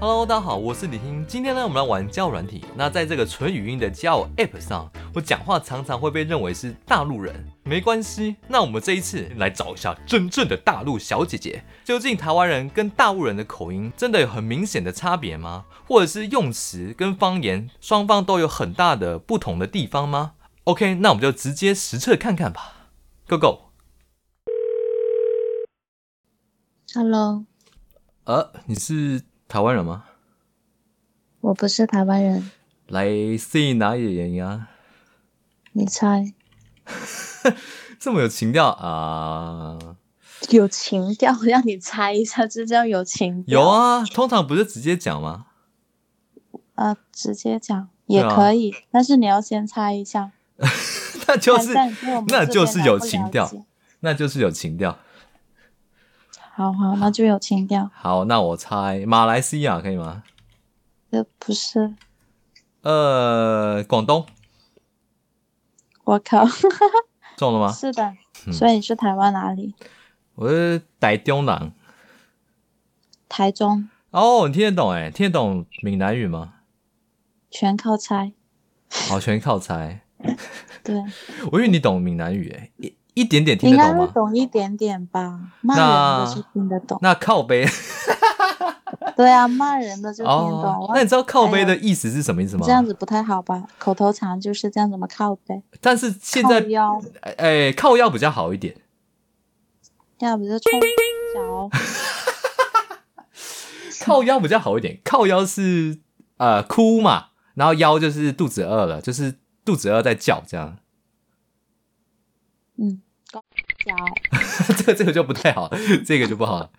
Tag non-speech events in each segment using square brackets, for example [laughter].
Hello，大家好，我是李听。今天呢，我们来玩交友软体。那在这个纯语音的交友 App 上，我讲话常常会被认为是大陆人。没关系，那我们这一次来找一下真正的大陆小姐姐，究竟台湾人跟大陆人的口音真的有很明显的差别吗？或者是用词跟方言双方都有很大的不同的地方吗？OK，那我们就直接实测看看吧。Go go！ Hello，呃，你是台湾人吗？我不是台湾人，来自哪里人呀？你猜？这么有情调啊、有情调，让你猜一下，这叫有情调？有，啊，通常不是直接讲吗？ [laughs] 呃，直接讲对也啊可以，但是你要先猜一下。那就是但但因为我们那这就边是来有不情了调解那就是有情调。好好，那就有情调。好，那我猜马来西亚可以吗？这不是，呃，广东我靠，中了吗？是的。嗯所以你是台湾哪里？我是台中人。台中，哦，你听得懂哎？听得懂闽南语吗？全靠猜。好，全靠猜。对，我以为你懂闽南语哎，一一点点听应得该懂会吗？懂一点点吧。骂人的就听得懂。那靠背对啊，骂人的就听得懂。哦，哇那你知道靠背哎的呀意思是什么意思吗？这样子不太好吧？口头禅就是这样，怎么靠背？但是现在靠腰，哎、哎靠腰比较好一点。要不就冲脚。靠腰比较好一点，靠腰是呃哭嘛，然后腰就是肚子饿了，就是肚子饿在叫这样。 [laughs] 嗯，脚，这个这个就不太好，这个就不好了。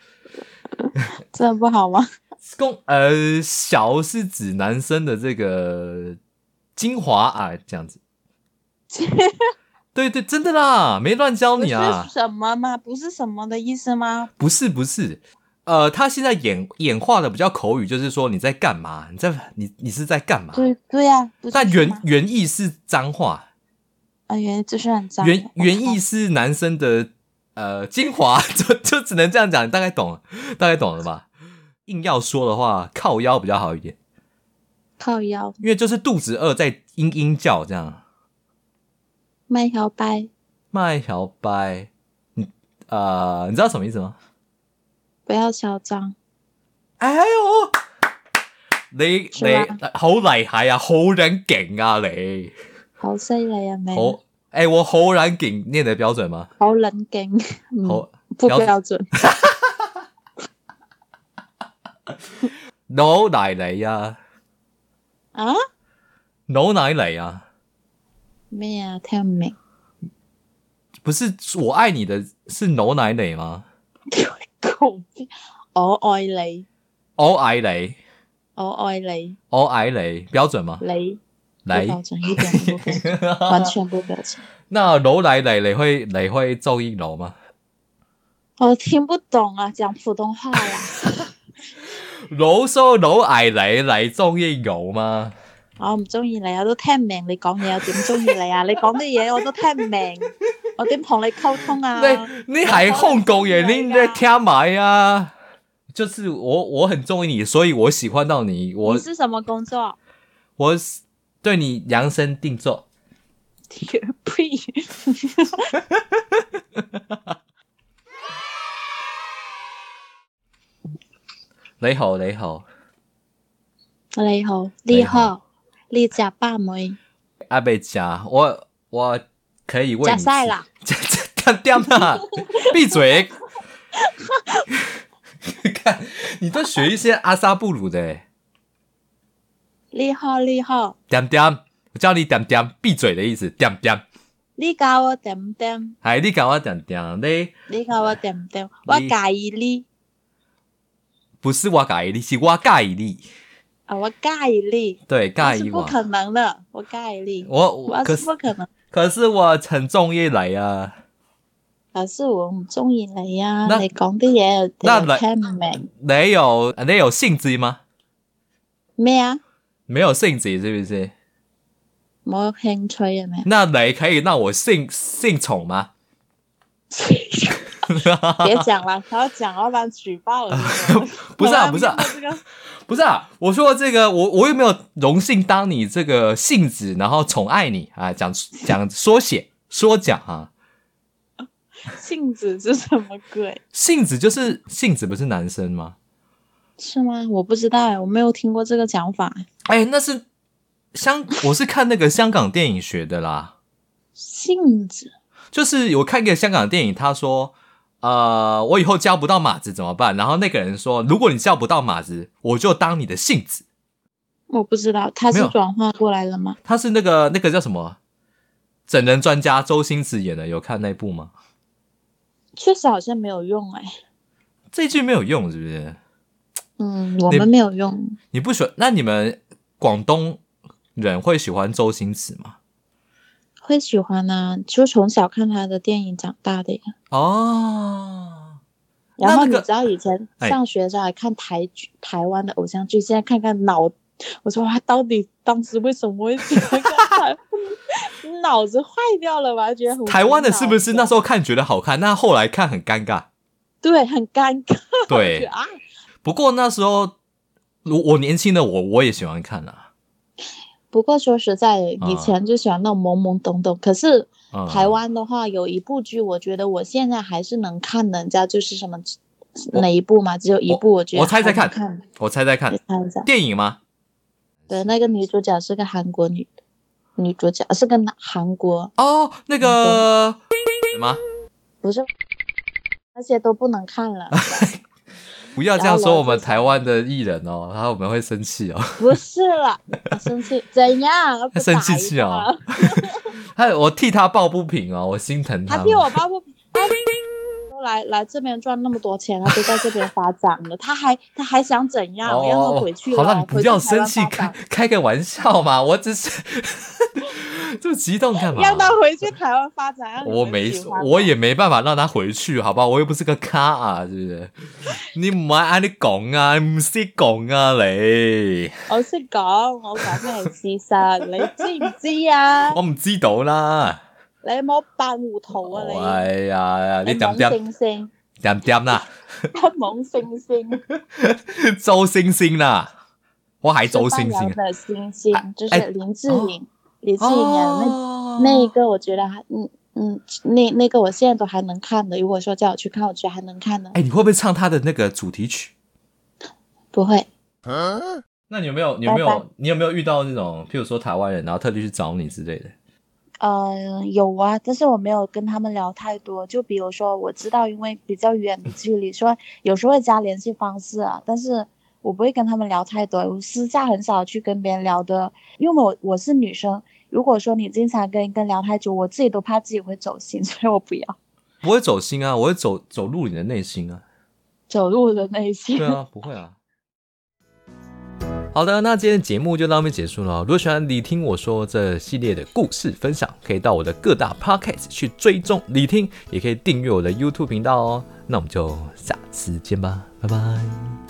这不好吗？ [laughs] 公呃小是指男生的这个精华啊，这样子。对对，真的啦，没乱教不你是啊，什么吗？不是什么的意思吗？不是不是。呃，他现在演演化的比较口语，就是说你在干嘛？你在你你是在干嘛？对对呀、不是但什啊原么原意是脏话，啊原就是很脏。原我原靠意是男生的呃精华，就就只能这样讲，大概懂了，大概懂了吧？硬要说的话，靠腰比较好一点，靠腰，因为就是肚子饿在嘤嘤叫这样。卖腰掰，麦小白，你呃，你知道什么意思吗？不要嚣张。哎呦，你是你嗎好厲害啊，好撚勁啊你，好犀利啊，妹！好，哎、我好撚勁念得標準嗎？好冷静，嗯好。不了解标准。老奶奶呀、啊，啊？老奶奶呀、啊。咩啊？听唔明。不是我爱你的是牛奶奶吗？窮啲我愛你，我爱你，我愛你，我爱你，标准吗？你来不，标准一点都不标准，[laughs] 啊完全不标准。那牛奶奶你会你会中意我吗？我哦听不懂啊，讲普通话呀。 [laughs] 老叔老爱你，你中意我吗？我哦唔中意你，我都聽唔明你講嘢，我點中意你啊？你 [laughs] 講啲嘢我都聽唔明， [laughs] 我點同你溝通啊？你你还香港人，我中意你啊你在听埋啊？就是我我很中意你，所以我喜欢到你，我你是什麼 [laughs] 工作？我对你量身定做。屌呸！你好，你好，你好，你你好好，你食飽未？阿贝家，我我可以为你食晒啦，这这掉掉啦！闭嘴！看，你都学一些阿萨布鲁的欸你好，你好，点点，我叫你点点，闭嘴的意思。点点，你教我點點，哎，你讲我点点，你你教我點點，我你介意你，不是我介意你，是我介意你。啊，我介意你，对，那介是意不我。可能的，我介意你，我我我可是是不可能，可是我很中意你啊！可是我唔中意你啊！那你講啲嘢那我你聽唔明你有你有性子吗？咩啊？没有性子是不是？冇啊 [laughs] 興趣係咪？那你可以让我性性宠吗？别讲了，他要讲，我要把你举 [laughs] 报了。不是啊我要不是啊面对这个不是啊，我说这个，我我有没有荣幸当你这个信子，然后宠爱你啊？讲讲缩写说讲啊，性子是什么鬼？信子就是信子，不是男生吗？是吗？我不知道哎，我没有听过这个讲法。哎、那是香，我是看那个香港电影学的啦，性子就是有看一个香港电影，他说。呃，我以后叫不到马子怎么办？然后那个人说，如果你叫不到马子，我就当你的信子。我不知道，他没是有转化过来了吗？他是那个那个叫什么整人专家周星驰演的，有看那部吗？确实好像没有用哎。这句没有用，是不是？嗯，我们没有用。你不喜欢？那你们广东人会喜欢周星驰吗？会喜欢呢、就从小看他的电影长大的呀。哦，那然后那你个知道以前哎上学的时候还看台剧、台湾的偶像剧，现在看看脑，我说哇，到底当时为什么会喜欢看台？ [laughs] 脑子坏掉了吧？觉得很台湾的是不是那时候候看觉得好看，那后来看很尴 [laughs] 尬？对很尴尬？觉得对，啊，不过那时候我我年轻的我我也喜欢看啊。不过说实在，的，啊以前就喜欢那种懵懵懂懂。可是嗯、台湾的话，有一部剧，我觉得我现在还是能看的，你知道就是什么我哪一部吗？只有一部，我觉得我猜猜还能看看我猜猜你看，猜一下。电影吗？对，那个女主角是个韩国女女主角，是个男韩国，哦，那个嗯什么？不是那些都不能 [laughs] 看了，不要这样说我们台湾的艺人哦，然后我们会生气哦。 [laughs] 不是了，我生气怎样？他生气气哦啊！还有我替他抱不平哦，我心疼 [laughs] 他他。替我抱不平，他都来来这边赚那么多钱，他都在这边发展了，他还他还想怎样？我让他回去哦好了了，你不要生气，回去开 [laughs] 台湾发展开个玩笑嘛，我只是 [laughs] 这么激动干嘛？让他回去台湾发展，让你们啊我没喜欢，我也没办法让他回去，好吧？我又不是个咖啊，是不是？你唔系嗌你讲啊，你唔识讲啊你，我识讲，我讲咩事實，你知唔知啊？ [laughs] 我唔知道啦。你冇扮糊 [laughs] 塗啊哎呀，你！你你点懵点星星。 [laughs] 点点啦，他蒙星星，周星星啦，我还哎周星西班星啊牙。的星星哎，就哎是林志颖，林志颖演哦那那一个，我觉得还嗯嗯，那那个我现在都还能看的。如果说叫我去看，我觉得还能看的哎、，你会不会唱他的那个主题曲？不会。那你有没有你有没有拜拜你有没有遇到那种，譬如说台湾人，然后特地去找你之类的？呃，有啊，但是我没有跟他们聊太多。就比如说，我知道因为比较远的距离，说有时候会加联系方式啊，但是我不会跟他们聊太多，我私下很少去跟别人聊的，因为我我是女生。如果说你经常跟一个人聊太久，我自己都怕自己会走心， [laughs] 所以我不要不会走心啊，我会走走入你的内心啊。走入我的内心对。啊，不 [laughs] 会啊。好的，那今天的节目就到这边结束了哦。如果喜欢你听我说这系列的故事分享，可以到我的各大 podcast 去追踪你听，也可以订阅我的 YouTube 频道哦。那我们就下次见吧，拜拜。